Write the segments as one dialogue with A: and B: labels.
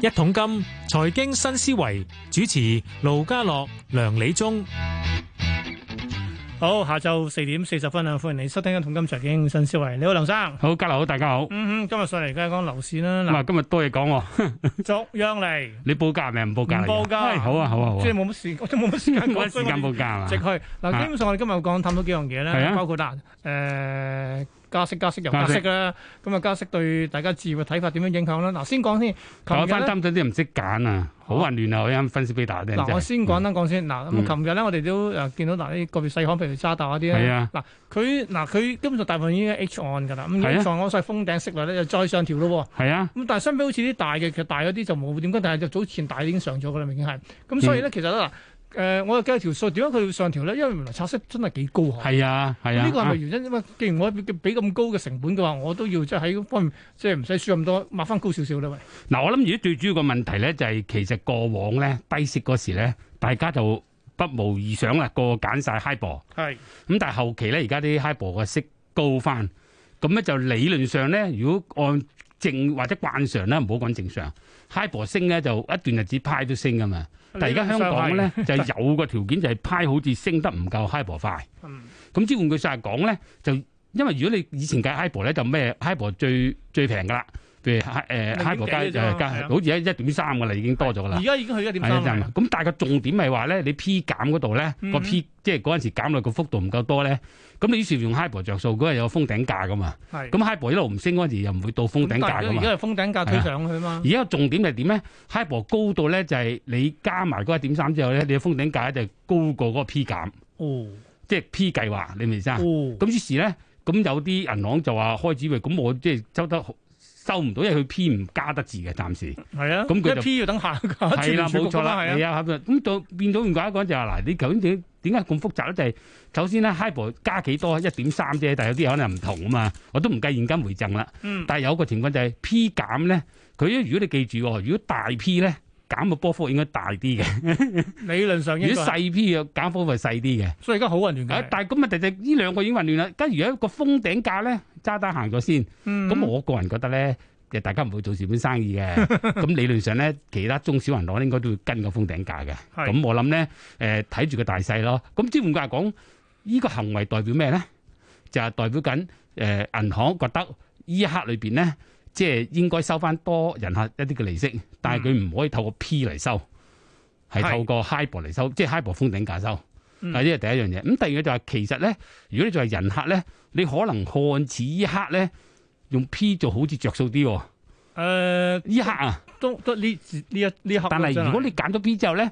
A: 一桶金財經新思維主持盧家樂、梁理中。
B: 好，下晝四點四十分啊，歡迎你收聽《一桶金財經新思維》。你好，梁生。
C: 好，家樓好，大家好。
B: 嗯哼，今日上嚟梗係講樓市
C: 咁
B: 啦。
C: 啊，今日多嘢講喎，
B: 嗱，逐樣嚟，
C: 你報價係咪唔報價嚟㗎？
B: 唔報價
C: 係好啊，好啊，好啊
B: 即係。冇乜時， 我都冇乜時間
C: 冇
B: 講。
C: 乜時間報價啊嘛
B: 直去嗱，
C: 啊
B: 基本上我哋今日講探討幾樣嘢
C: 係
B: 咧，
C: 啊
B: 包括嗱誒加息、加息又加
C: 加
B: 息
C: 息
B: 啦，咁啊加息對大家置業嘅睇法點樣影響啦？嗱，先講先，
C: 我
B: 琴日
C: 翻
B: 咧
C: 擔心啲唔識揀啊，好混亂啊！我啱分析俾大家聽。
B: 嗱，我先講
C: 講
B: 啦，講先嗱，咁啊
C: 嗯
B: 琴日咧我哋都誒見到嗱啲個別細行，譬如渣打嗰啲
C: 係
B: 咧，
C: 啊，
B: 嗱佢嗱佢基本上大部分已經係 H on 㗎啦，咁
C: 係啊
B: H on 嗰個所謂封頂息率咧就再上調咯喎。
C: 係啊，
B: 咁但係相比好似啲大嘅，其實大嗰啲就冇點解，但係就早前大已經上咗噶啦，已經係。咁所以
C: 嗯
B: 咧，其實咧嗱，誒、呃我又計條數，點解佢要上調咧？因為原來拆息真係幾高下。
C: 係啊，係啊。
B: 呢個係咪
C: 啊
B: 原因？因為既然我俾咁高嘅成本嘅話，我都要即係喺嗰方面，即係唔使輸咁多，抹翻高少少啦。喂，
C: 嗱？我諗而家最主要個問題咧，就係其實過往咧低息嗰時咧，大家就不無意想啦，啊個個揀晒 high 博。
B: 係
C: 咁但係後期咧，而家啲 high 博嘅息高翻，咁咧就理論上咧，如果按正或者慣常啦，唔好講正常，high 博升咧就一段日子派都升噶嘛。但係而家香港咧，就係有個條件就係派好似升得唔夠 hyper 快。
B: 嗯
C: 咁即係換句説話講咧，就因為如果你以前計 hyper 咧，就咩 hyper 最最平噶啦，譬如誒 hyper 加呃
B: 零點幾啫嘛
C: 誒加
B: 係啊
C: 好似一一點三噶啦，已經多咗噶啦
B: 而。家已經去一點
C: 係啊
B: 三
C: 就係
B: 啦
C: 咁，但係個重點係話咧，你 P 減嗰度咧
B: 嗯
C: 個 P 即係嗰陣時減落個幅度唔夠多咧，咁你於是用 hyper 着數，嗰日有封頂價噶嘛。
B: 係。
C: 咁 hyper 一路唔升嗰陣時又唔會到封頂
B: 咁但係
C: 價噶
B: 而
C: 嘛
B: 家。係封頂價推上去嘛
C: 而。家個重點係點咧？HIBOR 高到咧就係你加埋嗰一點三之後咧，你嘅封頂價咧就高過嗰個 P 減，
B: 哦
C: 即係 P 計劃，你明唔明先啊？
B: 哦，
C: 咁於是咧，咁有啲銀行就話開始喂，咁我即係收得收唔到，因為佢 P 唔加得字嘅，暫時
B: 係啊。
C: 咁佢就
B: 一 P 要等下一個
C: 係啦，冇錯啦，
B: 係
C: 係
B: 啊。
C: 啊，咁到變到另外一個就係話嗱，你究竟點點解咁複雜咧？就係、首先咧，HIBOR 加幾多一點三啫，但係有啲可能唔同啊嘛，我都唔計現金回贈啦。
B: 嗯
C: 但係有一個情況就係 P 減咧，佢如果你記住喎，如果大 P 咧減嘅波幅應該大啲嘅，
B: 理論上應
C: 如
B: 該
C: 果
B: 係，
C: 細 P 嘅減波幅係細啲嘅。
B: 所以而家好混亂
C: 啊
B: 嘅。
C: 但係咁問題就係呢兩個已經混亂啦。跟住而家個封頂價咧，渣打行咗先。
B: 嗯
C: 咁我個人覺得咧，就大家唔會做蝕本生 意嘅。咁理論上咧，其他中小銀行應該都會跟個封頂價嘅。
B: 係
C: 咁我諗咧，誒睇住個大勢咯。咁即係換句話講，呢、個行為代表咩咧？就係、代表緊誒、呃銀行覺得呢一刻裏邊咧，即係應該收翻多人客一啲嘅利息，但係佢唔可以透過 P 嚟收，係
B: 嗯係
C: 透過 HIBOR 嚟收，即係 HIBOR 封頂價收。
B: 嗯
C: 嗱，呢啊係第一樣嘢。咁第二個就係其實咧，如果你作為人客咧，你可能看似依刻咧用 P 做好似着數啲喎，
B: 誒
C: 依刻啊。
B: 都都呢呢一呢一刻咯，
C: 但係
B: 嗯真
C: 如果你減咗 P 之後咧，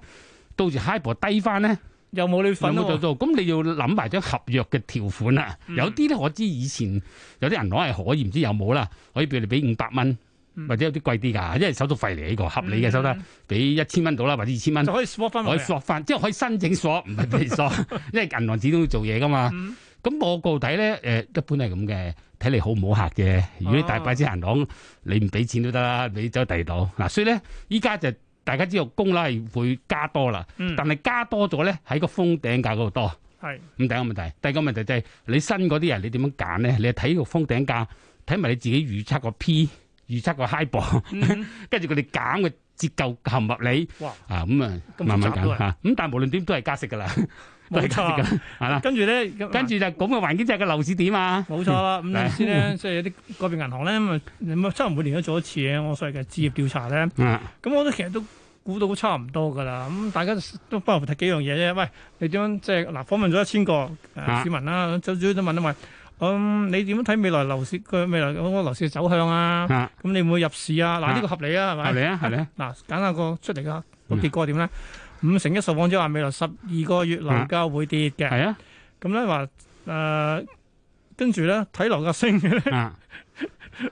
C: 到時 HIBOR 低翻咧，
B: 又冇你
C: 有
B: 份
C: 冇做
B: 喎，
C: 到？咁你要諗埋咗合約嘅條款啦。
B: 嗯
C: 有啲咧我知以前有啲銀行係可以，唔知有冇啦，可以譬如你俾五百蚊
B: 嗯，
C: 或者有啲貴啲㗎，因為手續費嚟嘅呢個合理嘅收得
B: 嗯，
C: 俾一千蚊到啦，或者二千蚊
B: 就。可以 swap 翻
C: 可
B: 落
C: 以
B: 嚟啊。
C: 索翻，即係可以申請索，唔係 被索，因為銀行始終要做嘢噶嘛。
B: 嗯
C: 咁、我個底咧，誒、一般係咁嘅，睇你好唔好客
B: 哦
C: 嘅。如果你大把支銀行，你唔俾錢都得啦，你走第二度。嗱，所以咧，依家就大家知道供啦係會加多啦，
B: 嗯，
C: 但係加多咗咧喺個封頂價嗰度多。
B: 係
C: 咁第一個問題，第二個問題就係、你新嗰啲人你點樣揀咧？你係睇個封頂價，睇埋你自己預測個 P，預測個 high 磅，
B: 嗯
C: 跟住佢哋減嘅折舊合唔合理？
B: 哇，
C: 啊，咁啊，
B: 咁
C: 慢慢
B: 複雜都
C: 減
B: 係
C: 嚇。咁但係無論點都係加息㗎啦，都
B: 冇
C: 係加息
B: 錯。
C: 㗎，係啦。
B: 跟住咧，咁
C: 跟住就咁嘅環境就係個樓市點啊？
B: 冇錯啦。咁你
C: 嗱
B: 知咧，即係有啲個別銀行咧，咁啊咁啊，差唔多每年都做一次嘅我所謂嘅置業調查咧。
C: 啊，
B: 咁我都其實都估到差唔多㗎啦。咁大家都不如睇幾樣嘢啫。喂，你點樣即係嗱訪問咗一千個呃
C: 啊
B: 市民啦，最主要都問一問，嗯，你點樣睇未來樓市佢未來嗰個樓市嘅走向啊？
C: 啊
B: 咁你會唔會入市啊？嗱，呢個合理啊，係咪
C: 係？咪啊？係咪啊？
B: 嗱，揀下個出嚟嘅個
C: 嗯
B: 結果點咧？五成一受訪者話未來十二個月樓價會跌嘅，
C: 係啊
B: 咁咧話誒，跟住咧睇樓價升嘅咧，
C: 啊，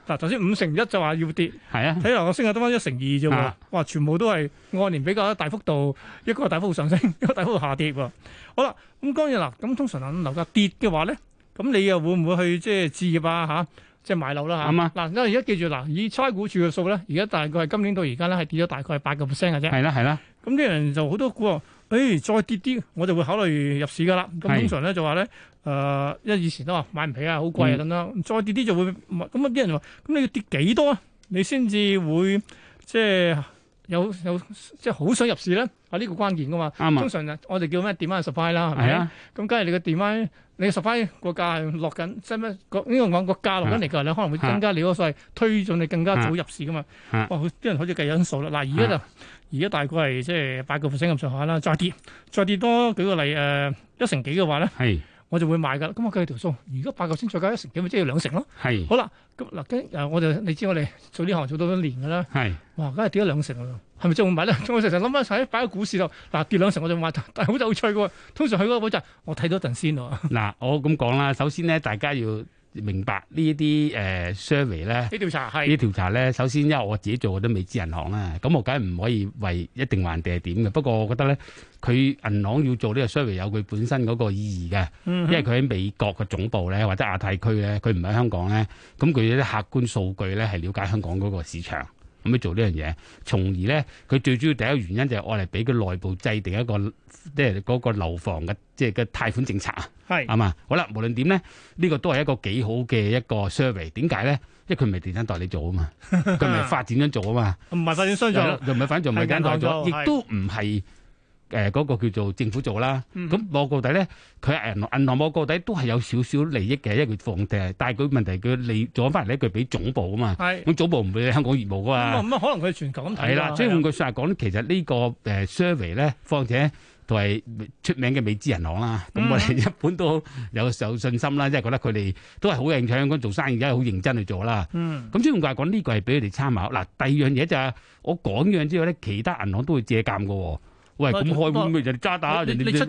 B: 嗱頭先五成一就話要跌，
C: 係啊，
B: 睇樓價升啊得翻一成二啫喎
C: 啊，
B: 哇全部都係按年比較大幅度，一個係大幅度上升，一個大幅度下跌喎。好啦，咁當然啦，咁通常樓價跌嘅話咧，咁你又會唔會去即係置業啊嚇？即係買樓啦嚇，
C: 啱啊
B: 嗱，因為而家記住嗱，以差估處嘅數咧，而家大概係今年到而家咧係跌咗大概八個 percent 嘅啫。
C: 係啦，係啦，
B: 咁啲人就好多估話，誒、再跌啲，我就會考慮入市噶啦。咁
C: 係
B: 通常咧就呃話咧，誒、因為以前都話買唔起啊，好貴啊
C: 嗯
B: 等等，再跌啲就會買咁啊啲人就話，咁你要跌幾多啊？你先至會即係有有即係好想入市咧？啊，呢個關鍵噶嘛。
C: 啱
B: 通
C: 啊，
B: 常我哋叫咩 demand supply 啦，係
C: 係
B: 咪？
C: 啊，
B: 咁梗係你個 demand，你個 supply 個價係落緊，即係咩？個呢個講個價落緊嚟㗎，你可能會增加你嗰個所謂推進你更加早入市噶嘛。
C: 啊
B: 哇！好啲人好似計緊數啦。嗱，而家就而家大概係即係八個 percent 咁上下啦，再跌再跌多舉個例誒、一成幾嘅話咧，
C: 係
B: 我就會買㗎啦。咁我計條數，如果八個 percent 再加一成幾，咪即係兩成咯。
C: 係
B: 好啦，咁嗱，跟誒我就你知我哋做呢行做到一年㗎啦。
C: 係
B: 哇！梗係跌咗兩成啦，係咪真會買咧？ 我成日諗翻喺擺喺股市度，嗱跌兩成我就買，但係好有趣嘅喎。通常去嗰個位就係我睇多陣先喎。
C: 嗱，我咁講啦，首先咧，大家要明白呢一啲誒 survey 咧。
B: 呢調查係
C: 呢啲調查咧，首先因為我自己做我都未知銀行啦，咁我梗係唔可以為一定還定係點嘅。不過我覺得咧，佢銀行要做呢個 survey 有佢本身嗰個意義嘅，
B: 嗯
C: 因為佢喺美國嘅總部咧或者亞太區咧，佢唔喺香港咧，咁佢有啲客觀數據咧係了解香港嗰個市場。咁去做呢樣嘢，從而咧佢最主要第一個原因就係我嚟俾佢內部制定一個即係嗰個樓房嘅即係嘅貸款政策啊。
B: 係
C: 啊嘛，好啦，無論點咧，呢、個都係一個幾好嘅一個 survey。點解咧？因為佢唔係地產代理做啊嘛，佢唔係發展商做啊嘛，
B: 唔係發展商
C: 係
B: 做？
C: 咯又唔係發展做，唔係地產代理做，
B: 係銀行做
C: 亦都唔係誒嗰個叫做政府做啦。
B: 嗯
C: 咁我到底咧，佢係銀行銀行我到底都係有少少利益嘅，因為佢放地，但係佢問題佢利做翻嚟咧，佢俾總部啊嘛，
B: 係
C: 咁總部唔會理香港業務噶
B: 咁啊
C: 嘛。
B: 咁啊，可能佢全球咁睇
C: 係啦，
B: 㗎
C: 即係換句説話講，其實呢個誒 survey 咧，況且同埋出名嘅美資銀行啦，咁
B: 嗯
C: 我哋一 般都有有信心啦，即係覺得佢哋都係好有興趣香港做生意，而家好認真去做啦。
B: 嗯
C: 咁即係換句話講，呢個係俾佢哋參考。嗱，第二樣嘢就係、我講呢樣之後咧，其他銀行都會借鑑嘅喎。喂，
B: 不過
C: 咁開會咪人哋渣打，
B: 你
C: 人
B: 你
C: 哋
B: 你出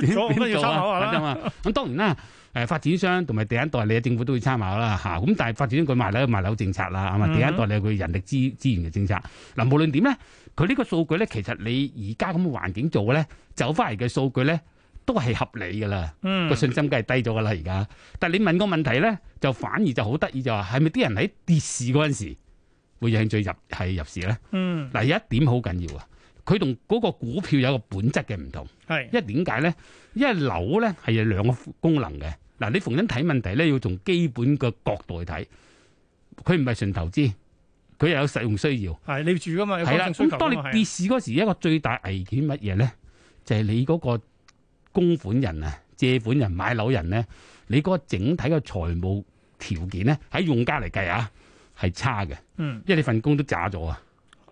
B: 你出咗我都要
C: 啊
B: 參考下啦
C: 係嘛咁當然啦，誒發展商同埋地產代理政府都會參考啦嚇。咁但係發展商佢賣樓有賣樓政策啦，係啊嘛？
B: 嗯
C: 地產代理有佢人力資資源嘅政策。嗱，無論點咧，佢呢個數據咧，其實你而家咁嘅環境做咧，走翻嚟嘅數據咧，都係合理㗎啦。
B: 嗯
C: 個信心梗係低咗㗎啦，而家。但係你問個問題咧，就反而就好得意就話，係咪啲人喺跌市嗰陣時會有興趣入係入市咧？
B: 嗯
C: 嗱，有一點好緊要啊，佢同嗰個股票有一個本質嘅唔同，
B: 係
C: 因為點解咧？因為樓咧係有兩個功能嘅。嗱，你逢親睇問題咧，要從基本嘅角度去睇，佢唔係純投資，佢又有實用需要。
B: 係你住㗎嘛，有
C: 係啦，
B: 剛性需
C: 咁
B: 求
C: 當
B: 㗎
C: 你
B: 嘛
C: 跌
B: 係
C: 市嗰時，一個最大危險乜嘢咧？就係、你嗰個供款人啊、借款人、買樓人咧，你嗰個整體嘅財務條件咧，喺用家嚟計啊，係差嘅，
B: 嗯
C: 因為你份工都渣咗啊，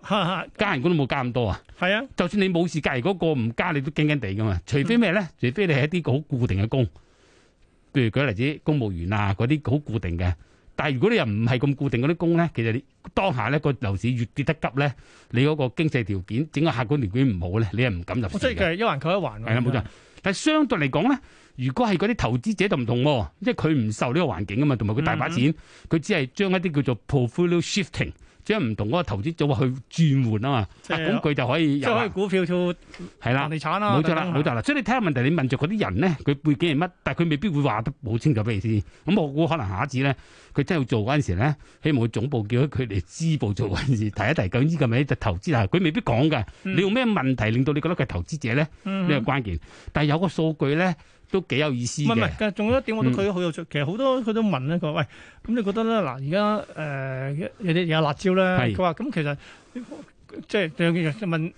B: 哈哈
C: 加人工都冇加咁多啊。
B: 係啊
C: 就算你冇事，隔離嗰個唔加，你都驚驚地噶嘛。除非
B: 嗯
C: 咩咧？除非你係一啲好固定嘅工，譬如舉例子，公務員啊嗰啲好固定嘅。但係如果你又唔係咁固定嗰啲工咧，其實你當下咧個樓市越跌得急咧，你嗰個經濟條件、整個客觀條件唔好咧，你係唔敢入市
B: 我即係
C: 嘅。
B: 佢一環扣一環喎
C: 係啦，冇錯。但係相對嚟講咧，如果係嗰啲投資者就唔同喎，因為佢唔受呢個環境啊嘛，同埋佢大把
B: 嗯
C: 錢，佢、只係將一啲叫做 portfolio shifting，將唔同嗰個投資組合去轉換啊嘛，
B: 即
C: 啊
B: 係
C: 咁佢就可以
B: 即
C: 入
B: 係可以
C: 啦，
B: 股票跳
C: 係啦
B: 房。地產啦
C: 冇錯啦，
B: 啊等
C: 冇
B: 等
C: 錯啦。所以你睇下問題，你問着嗰啲人咧，佢背景係乜，但係佢未必會話得好清楚俾你知。咁我估可能下一次咧，佢真係要做嗰陣時咧，希望佢總部叫佢哋支部做嗰陣時提一提，究竟呢個咪一隻投資啊？佢未必講㗎。
B: 嗯
C: 你用咩問題令到你覺得佢係投資者咧？
B: 嗯
C: 呢個關鍵。但係有個數據咧，都幾有意思
B: 唔係唔
C: 嘅嗯
B: 係，。但係仲有一點我覺得佢都好有趣。其實好多佢都問咧，佢話：喂，咁你覺得咧？嗱，而家誒呃有啲有辣椒咧，
C: 係
B: 佢話咁其實即係有問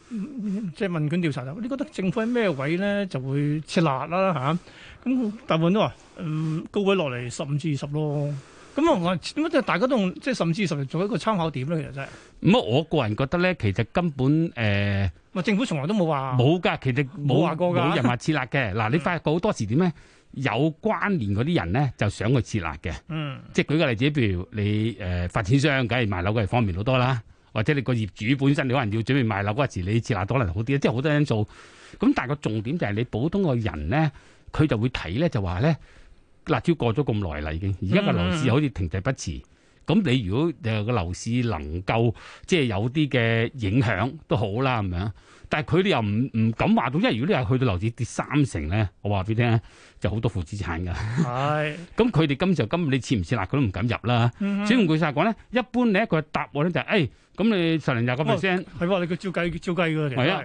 B: 即係問卷調查就，你覺得政府喺咩位咧就會切辣啦嚇？咁大部分都話嗯高位落嚟十五至二十咯。咁啊，我點解大家都用即係十五至二十嚟做一個參考點咧？其實真係，
C: 咁我個人覺得咧，其實根本誒
B: 咪啊政府從來都冇話
C: 冇㗎，其實冇
B: 冇話過㗎
C: 冇人話設立嘅。嗱，你發覺好多時點咧，有關聯嗰啲人咧就想佢設立嘅。
B: 嗯
C: 即係舉個例子，譬如你誒、呃、發展商，梗係賣樓嘅係方便好多啦，或者你個業主本身你可能要準備賣樓嗰時，你設立可能好啲，即係好多因素。咁但係個重點就係你普通個人咧，佢就會睇咧就話咧，辣椒過咗咁耐啦已經，而家個樓市好似停滯不前。咁你如果誒個樓市能夠即係有啲嘅影響都好啦咁樣，但係佢哋又唔唔敢話到，因為如果你係去到樓市跌三成咧，我話俾你聽咧，就好多負資產㗎。
B: 係
C: 咁佢哋今就今你切唔切辣，佢都唔敢入啦。
B: 嗯
C: 所以用句曬講咧，一般你一個答案咧就係、誒，咁你十零廿個 percent，
B: 係喎，你佢照計照計㗎，其實
C: 係啊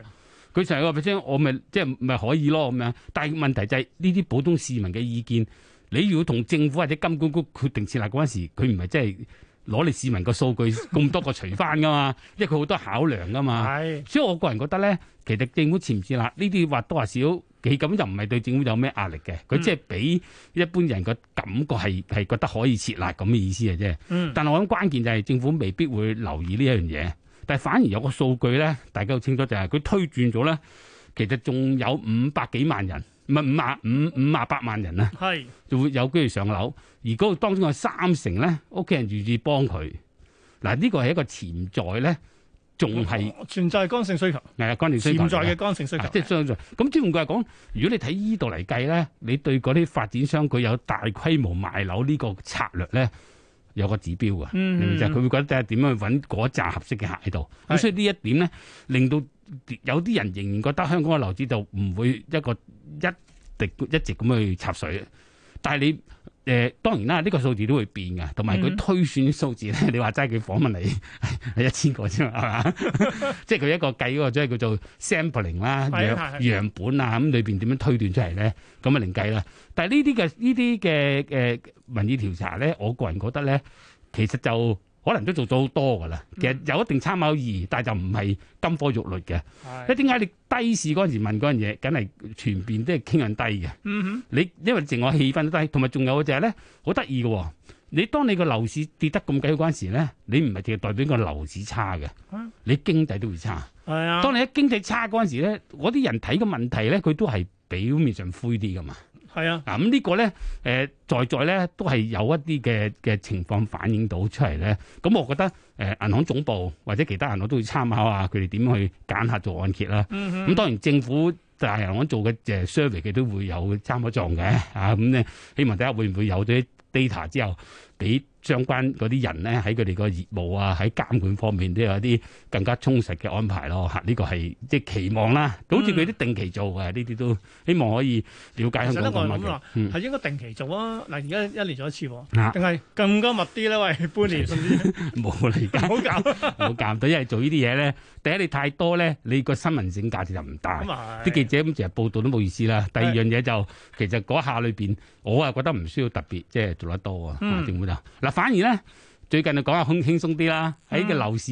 B: 係
C: 佢十零個 percent，我咪即係咪可以咯咁樣。但係問題就係呢啲普通市民嘅意見，你要同政府或者金管局決定設立嗰陣時，佢唔係真係攞你市民個數據咁多個除翻噶嘛，因為佢好多考量噶嘛。
B: 係
C: 所以我個人覺得咧，其實政府潛置啦，呢啲或多或少，佢咁又唔係對政府有咩壓力嘅，佢即係俾一般人個感覺係係覺得可以設立咁嘅意思嘅啫。
B: 嗯
C: 但係我諗關鍵就係政府未必會留意呢一樣嘢，但係反而有個數據咧，大家好清楚就係佢推轉咗咧，其實仲有五百幾萬人，唔係五萬五五萬八萬人啊，
B: 係
C: 就會有機會上樓。而嗰個當中有三成咧，屋企人願意幫佢。嗱，呢個係一個潛在咧，仲係
B: 哦存在剛性需求，
C: 係啊，關鍵需求
B: 潛
C: 嚟
B: 在
C: 嘅
B: 嘅剛性需求
C: 啊，即係相信。咁只換句話講，如果你睇依度嚟計咧，你對嗰啲發展商佢有大規模賣樓呢個策略咧，有個指標㗎，
B: 嗯
C: 明唔明就係佢會覺得點樣去揾嗰扎合適嘅客喺度。
B: 係
C: 咁所以呢一點咧，令到有啲人仍然覺得香港嘅樓市就唔會一個一直一直咁去插水。但係你誒、呃、當然啦，呢、個數字都會變嘅，同埋
B: 嗯
C: 佢推算數字咧， 你話齋佢訪問你 係一千個啫嘛，係嘛？ 即係佢一個計嗰個即係叫做 sampling 啦、
B: 係啊係啊
C: 樣樣本啊，咁裏邊點樣推斷出嚟咧？咁啊另計啦。但係呢啲嘅呢啲嘅誒民意調查咧，我個人覺得咧，其實就可能都做咗好多㗎啦。
B: 嗯
C: 其實有一定參考意義，但係就唔係金科玉律嘅。
B: 係
C: 即點解你低市嗰陣時問嗰樣嘢，梗係全面都係傾向低嘅。
B: 嗯
C: 你因為淨我氣氛低，同埋仲有就係咧，好得意嘅喎。你當你個樓市跌得咁緊要嗰陣時咧，你唔係淨係代表個樓市差嘅
B: 嗯，
C: 你經濟都會差。
B: 哼，係啊，
C: 當你喺經濟差嗰陣時咧，嗰啲人睇嘅問題咧，佢都係表面上灰啲噶嘛。
B: 係啊，
C: 嗱咁呢個咧，誒、在在咧都係有一啲嘅嘅情況反映到出嚟咧。咁我覺得誒、銀行總部或者其他銀行都會參考下佢哋點去揀客做按揭啦。
B: 嗯哼
C: 咁當然政府大銀行做嘅誒 survey 佢都會有參考作用嘅啊，咁咧希望睇下會唔會有咗啲 data 之後，俾相關嗰啲人咧喺佢哋個業務啊，喺監管方面都有一啲更加充實嘅安排咯嚇。呢個係即係期望啦，好似佢啲定期做嘅呢啲都希望可以了解
B: 其實
C: 香
B: 咧，我
C: 港咁
B: 諗
C: 嘅
B: 啦，。
C: 嗯
B: 係應該定期做啊！嗱，而家一年做一次喎，
C: 啊
B: 定係更加密啲咧？喂， 半年甚至
C: 冇啦，而
B: 唔
C: 家
B: 好 搞
C: 冇鑑到，因為做呢啲嘢咧，第一你太多咧，你個新聞性價值就唔大。
B: 咁啊！
C: 啲記者咁成日報道都冇意思啦。第二樣嘢就其實嗰下裏邊，我啊覺得唔需要特別即係做得多啊。
B: 嗯
C: 政府就嗱，反而咧最近就講下輕輕鬆啲啦。喺個
B: 嗯
C: 樓市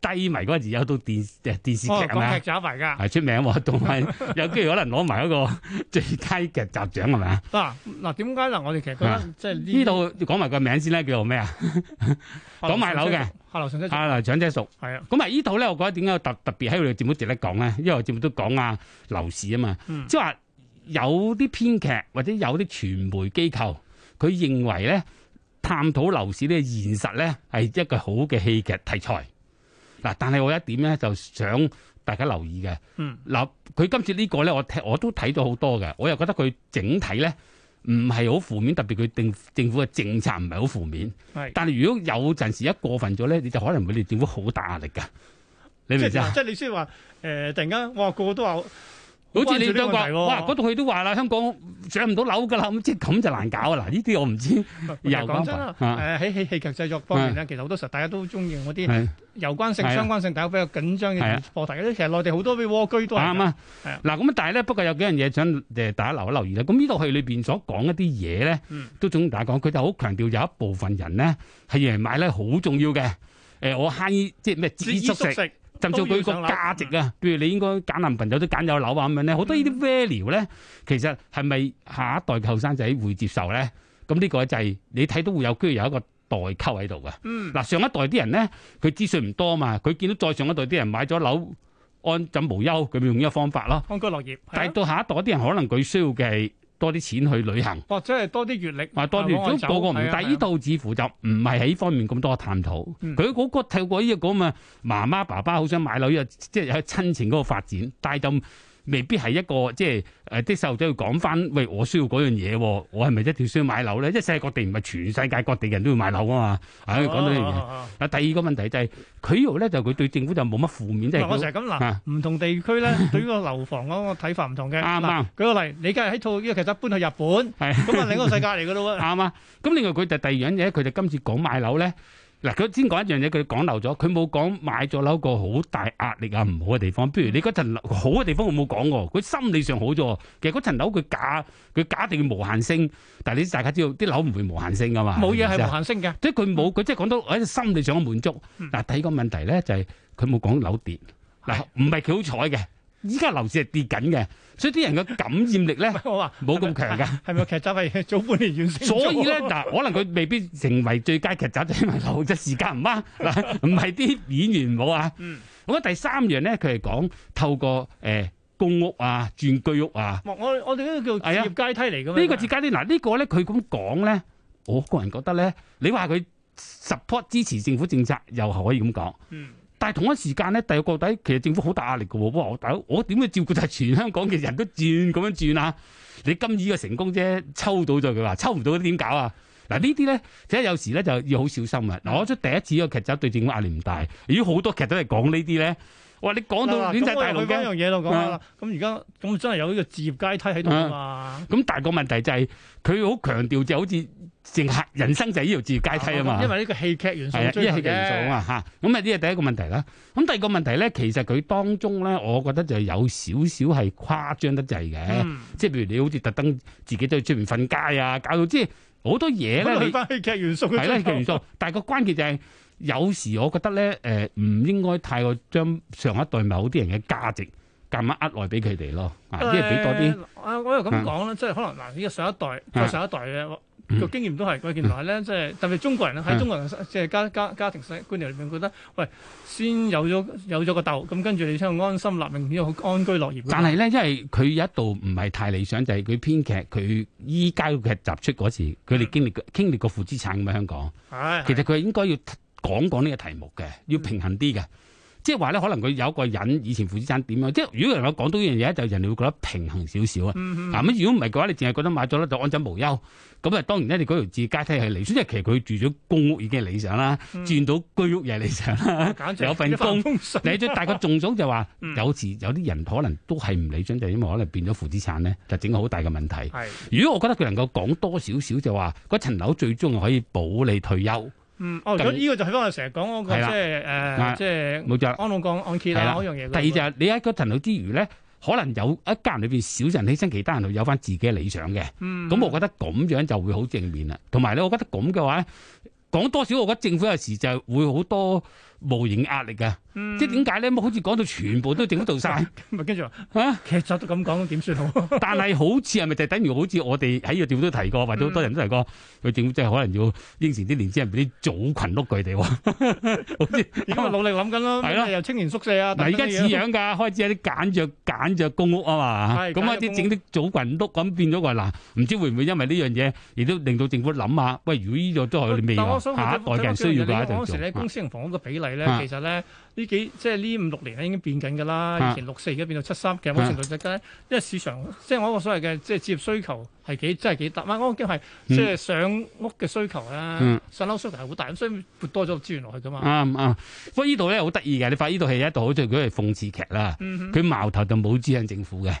C: 低迷嗰陣時，有套電誒電視劇
B: 哦，
C: 係
B: 講
C: 咪
B: 劇集
C: 啊？
B: 嚟㗎。
C: 係出名喎，同 埋有機會可能攞埋嗰個最佳劇集獎係咪啊？
B: 嗱嗱，點解嗱？我哋其實覺得即係
C: 呢度講埋個名先啦，叫做咩啊？講賣樓嘅，
B: 下樓上車族
C: 啊，長者熟。
B: 係啊，
C: 咁啊，呢套咧，我覺得點解特特別喺我哋節目值得講咧？因為我節目都講啊樓市啊嘛，
B: 嗯
C: 即係話有啲編劇或者有啲傳媒機構，佢認為咧探討樓市呢個現實咧係一個好嘅戲劇題材。嗱，但係我有一點咧就想大家留意嘅。
B: 嗯，
C: 嗱，佢今次呢個咧，我睇我都睇咗好多嘅，我又覺得佢整體咧唔係好負面，特別佢政政府嘅政策唔係好負面。
B: 係。
C: 但係如果有陣時一過分咗咧，你就可能會令政府好大壓力㗎。你明
B: 即
C: 唔明
B: 係
C: 啊？
B: 即係你先話誒，突然間哇，個個都話
C: 好似
B: 關注呢
C: 你都
B: 個問
C: 話，
B: 題喎
C: 哇！嗰度佢都話啦，香港上唔到樓㗎啦，咁即係咁就難搞啊！嗱，呢啲我唔知
B: 又
C: 又
B: 講真啦，
C: 關
B: 誒
C: 懷
B: 喺戲戲劇製作方
C: 啊
B: 面咧，其實好多時候大家都中意嗰啲
C: 係
B: 有關性、
C: 係啊
B: 相關性，大家比較緊張嘅
C: 係啊
B: 課題咧。其實內地好多啲蝸居都係㗎
C: 啱啊
B: 係啊。
C: 嗱，咁但係咧，不過有幾樣嘢想誒大家留一留意啦。咁呢度佢裏邊所講一啲嘢咧
B: 嗯，
C: 都總大家講，佢就好強調有一部分人咧係認為買咧好重要嘅。誒，我慳即係咩知足食。
B: 食
C: 甚至佢個價值啊，譬如你應該揀男朋友都揀有樓啊咁樣咧，
B: 嗯
C: 好多呢啲 value 咧，其實係咪下一代嘅後生仔會接受咧？咁呢個就係你睇到會有居然有一個代溝喺度嘅。
B: 嗯，
C: 嗱，上一代啲人咧，佢資訊唔多嘛，佢見到再上一代啲人買咗樓安枕無憂，佢咪用呢個方法咯。
B: 安居樂業。係
C: 但
B: 啊
C: 係到下一代啲人，可能佢需要嘅係多啲錢去旅行。
B: 或者係多啲閲歷，
C: 話多
B: 往外
C: 啲
B: 走
C: 都個個唔
B: 係啊
C: 但
B: 係啊
C: 係呢度似乎就唔係喺呢方面咁多探討。
B: 嗯
C: 佢嗰個透過呢個咁啊，媽媽爸爸好想買樓，又即係喺親情嗰個發展，但係就未必係一個即係誒啲細路仔要講翻，喂，我需要嗰樣嘢喎，我係咪一定需要買樓咧？因為世界各地唔係全世界各地人都要買樓啊嘛。唉，講到呢樣嘢。
B: 哦
C: 嗱，第二個問題就係佢呢度咧，就佢對政府就冇乜負面，即係
B: 嗱，我成
C: 佢
B: 日咁
C: 啊
B: 嗱，唔同地區咧對於個樓房嗰個睇法唔同嘅。
C: 啱
B: 嗱
C: 啱
B: 舉個例，你梗係喺套呢個劇集搬去日本，
C: 係
B: 咁啊另一個世界嚟噶咯喎。
C: 啱啊。咁另外佢就第二樣嘢，佢哋今次講買樓咧，嗱，佢先講一樣嘢，佢講漏咗，佢冇講買咗樓個好大壓力啊，唔好嘅地方。譬如你嗰層樓好嘅地方，我冇講喎，佢心理上好咗喎。其實嗰層樓佢假佢假定佢無限升，但係你大家知道啲樓唔會無限升噶嘛。
B: 冇嘢
C: 係
B: 係
C: 咪
B: 無
C: 先
B: 限升嘅，
C: 即係佢冇，佢即係講到喺心理上嘅滿足。
B: 嗯
C: 嗱，第二個問題咧就係佢冇講樓跌，嗱唔係佢好彩嘅，依家樓市係跌緊嘅，所以啲人嘅感染力咧
B: 我話
C: 冇咁強㗎。
B: 係咪劇集係早半年完成咗？
C: 所以咧，嗱，可能佢未必成為最佳劇集，就因為留嘅時間唔 啱，嗱，唔係啲演員冇啊。
B: 嗯
C: 咁啊，第三樣咧，佢係講透過誒、呃公屋啊、轉居屋啊，
B: 我我我哋呢個叫
C: 係啊
B: 置業階梯嚟㗎嘛。
C: 呢個至佳啲。嗱，呢個咧佢咁講咧，我個人覺得咧，你話佢 support 支持政府政策，又可以咁講。
B: 嗯
C: 但係同一時間咧，第二個底其實政府好大壓力嘅喎。哇！我大佬，我點去照顧晒全香港嘅人都轉咁樣轉啊？你今次嘅成功啫，抽到就佢話，抽唔到點搞啊？嗱呢啲咧，即係有時咧就要好小心啊！
B: 嗯
C: 嗱，我出第一次個劇集對政府壓力唔大，如果好多劇都係講呢啲咧，哇！你講到亂晒大
B: 咁我
C: 龍
B: 又去返一
C: 嘅。啊
B: 樣嘢度講下啦。咁而家咁真係有呢個置業階梯喺度㗎嘛。
C: 咁但係個問題就係佢好強調就好似淨係人生就係呢條字階梯啊嘛。
B: 因為呢個戲劇元素
C: 係啊，
B: 追
C: 一
B: 求
C: 係
B: 嘅
C: 嘅元素啊嘛嚇，咁啊呢係第一個問題啦。咁第二個問題咧，其實佢當中咧，我覺得就有少少係誇張得滯嘅，
B: 嗯
C: 即係啊譬如你好似特登自己都去出面瞓街啊，搞到即係好多嘢
B: 咁
C: 咧，
B: 去
C: 你
B: 翻戲劇元素嘅
C: 係啦，
B: 追
C: 戲
B: 求
C: 劇元素。但係個關鍵就係、有時我覺得咧，誒、唔應該太過將上一代某啲人嘅價值夾硬呃來俾佢哋咯，啊，即係俾多啲。啊
B: 誒啊我又咁講啦，即係可能嗱，呢個上一代再上一代嘅
C: 嗯
B: 個經驗都係，喂，原來咧即係特別中國人喺
C: 嗯
B: 中國人即係家家家庭觀念裏面覺得，喂，先有咗有咗個竇，咁跟住你先安心立命，要安居樂業㗎嘛。
C: 但係咧，因為佢有一度唔係太理想，就係、佢編劇佢依家個劇集出嗰時，佢哋
B: 嗯
C: 經歷過經歷過負資產咁啊喺香港，
B: 係
C: 其實佢應該要講講呢個題目嘅，要
B: 嗯
C: 平衡啲嘅。即係話咧，可能佢有一個人以前負資產點樣，即係如果能夠講到呢樣嘢，就人哋會覺得平衡少少啊。
B: 嗯嗯
C: 嗱咁如果唔係嘅話，你淨係覺得買咗咧就安枕無憂，咁啊當然咧，你嗰條置階梯係理想，因為其實佢住咗公屋已經係理想啦，
B: 嗯
C: 轉到居屋又係理想 啦。
B: 簡直
C: 有份
B: 一帆
C: 工
B: 風順
C: 你最大個重點就話，
B: 嗯
C: 有時有啲人可能都係唔理想，就係因為可能變咗負資產咧，就整個好大嘅問題。
B: 係
C: 如果我覺得佢能夠講多少少，就話嗰層樓最終可以保你退休，
B: 嗯哦，咁
C: 咁
B: 呢個就係翻我成日講嗰個
C: 係
B: 即
C: 啦
B: 係誒
C: 啊
B: 即係
C: 冇錯啦。
B: 安老降按揭
C: 係
B: 啦
C: 啦
B: 嗰樣嘢㗎
C: 第
B: 嘛。
C: 二就係你喺嗰層樓之餘咧，可能有一家人裏邊少人犧牲，其他人有翻自己嘅理想嘅。
B: 嗯
C: 咁我覺得咁樣就會好正面啦。同埋咧，我覺得咁嘅話咧，講多少，我覺得政府有時就會好多無形壓力嘅。
B: 嗯
C: 即係點解咧？好似講到全部都政府做晒。
B: 咪跟住話
C: 啊
B: 劇集都咁講，咁點算 好？
C: 但係好似係咪就等於好似我哋喺個政府都提過，或者好多人都提過，佢政府真係可能要應承啲年輕人俾啲組群碌佢哋喎。好似
B: 而家咪努力諗緊咯，
C: 係咯
B: 又青年宿舍啊，
C: 嗱，而
B: 等等
C: 家
B: 嘅
C: 似
B: 嘢
C: 樣㗎，開始有啲簡約簡約公屋啊嘛，
B: 係
C: 咁開
B: 簡約
C: 始整啲組群碌咁變咗話嗱，唔知會唔會因為呢樣嘢，亦都令到政府諗下，喂，如果呢個都係你未
B: 但
C: 來
B: 我想
C: 下一代嘅人需要嘅話，就
B: 當時
C: 做
B: 咧，。公私營房屋嘅比例咧，
C: 啊
B: 其實咧呢幾即係呢五六年咧已經變緊㗎啦。
C: 啊
B: 以前六四，而家變到七三，其實某程度上咧，因為市場即係我嗰個所謂嘅即係置業需求係幾真係幾大，唔係我驚係即係上屋嘅需求啦
C: 嗯，
B: 上樓需求係好大，咁所以撥多咗資源落去㗎嘛。
C: 啱啱，不過呢度咧好得意嘅，你發現呢度係一度好似佢係諷刺劇啦。
B: 嗯哼
C: 佢矛頭就冇指向政府嘅。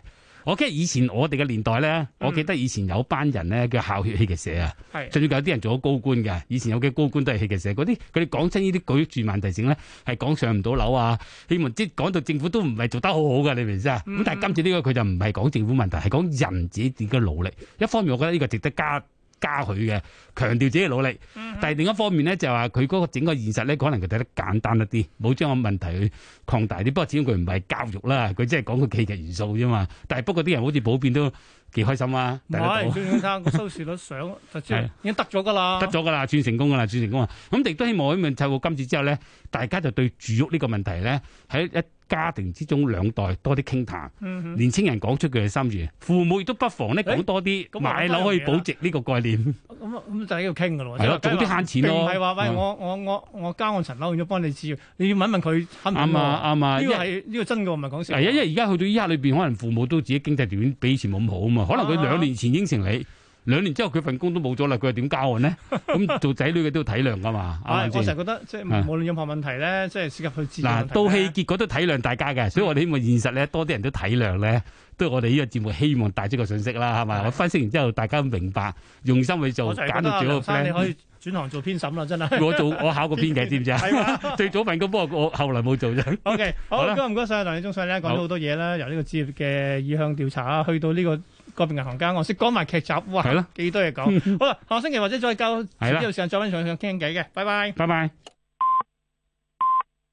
C: 我記得以前我哋嘅年代咧，
B: 嗯
C: 我記得以前有班人咧叫校血戲劇社啊，
B: 係
C: 甚至有啲人做咗高官嘅。以前有嘅高官都係戲劇社，嗰啲佢哋講真呢啲舉住萬提醒咧，係講上唔到樓啊，希望即係講到政府都唔係做得好好嘅，你明唔明啊？咁、
B: 嗯
C: 但係今次呢個佢就唔係講政府問題，係講人自己點嘅努力。一方面我覺得呢個值得加加許嘅，強調自己嘅努力。
B: 嗯
C: 但係另一方面咧，就話佢嗰個整個現實咧，可能佢睇得簡單一啲，冇將個問題去擴大啲。不過始終佢唔係教育啦，佢即係講個戲劇元素啫嘛。但係不過啲人好似普遍都幾開心啊，
B: 唔
C: 大家
B: 係
C: 都
B: 最緊要睇個收視率上，就即係
C: 係
B: 已經得咗㗎啦。
C: 得咗㗎啦，轉成功㗎啦，轉成功啊！咁亦都希望咁樣透過今次之後咧，大家就對住屋呢個問題咧，喺一家庭之中兩代多啲傾談，
B: 嗯哼
C: 年青人講出佢嘅心願，父母亦都不妨咧講多啲
B: 咁
C: 買樓可以保值呢個概念，
B: 咁啊咁就喺度傾㗎咯喎。
C: 係
B: 即
C: 咯，
B: 係
C: 早啲慳錢
B: 並
C: 咯，
B: 唔係話喂
C: 嗯
B: 我我我我交按層樓，要幫你置業，你要問一問佢肯唔肯
C: 啱
B: 喎
C: 啊啱啊，
B: 呢
C: 因
B: 個
C: 為
B: 係呢個真嘅，唔係講笑。
C: 係啊，因為而家去到依家裏邊，可能父母都自己經濟條件比以前冇咁好啊嘛。可能佢兩年前應承你，兩年之後佢份工都冇咗啦，佢又點交 換咧？咁做仔女嘅都要體諒噶嘛，
B: 唉我
C: 啱唔啱
B: 成
C: 先？
B: 日覺得即係
C: 啊
B: 無論任何問題咧，即係涉及去自
C: 嗱，到戲結果都體諒大家嘅，所以我哋希望現實咧多啲人都體諒咧，都係我哋呢個節目希望帶出個信息啦，係
B: 係
C: 咪？我分析完之後，大家明白，用心去
B: 我
C: 做，
B: 就係
C: 揀
B: 覺得
C: 到
B: 阿
C: 最好
B: 梁
C: 嘅
B: 生你
C: plan。
B: 可以轉行做編審啦，真係。
C: 我做我考過編嘅，知唔知啊？
B: 係嘛？
C: 最早份工，不過我後來冇 做啫。
B: O K，好，
C: 好啦
B: 今日唔該晒梁理中上咧，講咗好多嘢啦，由呢個置業嘅意向調查啊，去到呢個個別銀行家，我識講埋劇集，哇，
C: 係咯，
B: 幾多嘢講。好啦，下個星期或者再教，
C: 係啦
B: 呢度時間再揾上上傾偈嘅，拜拜。
C: 拜拜。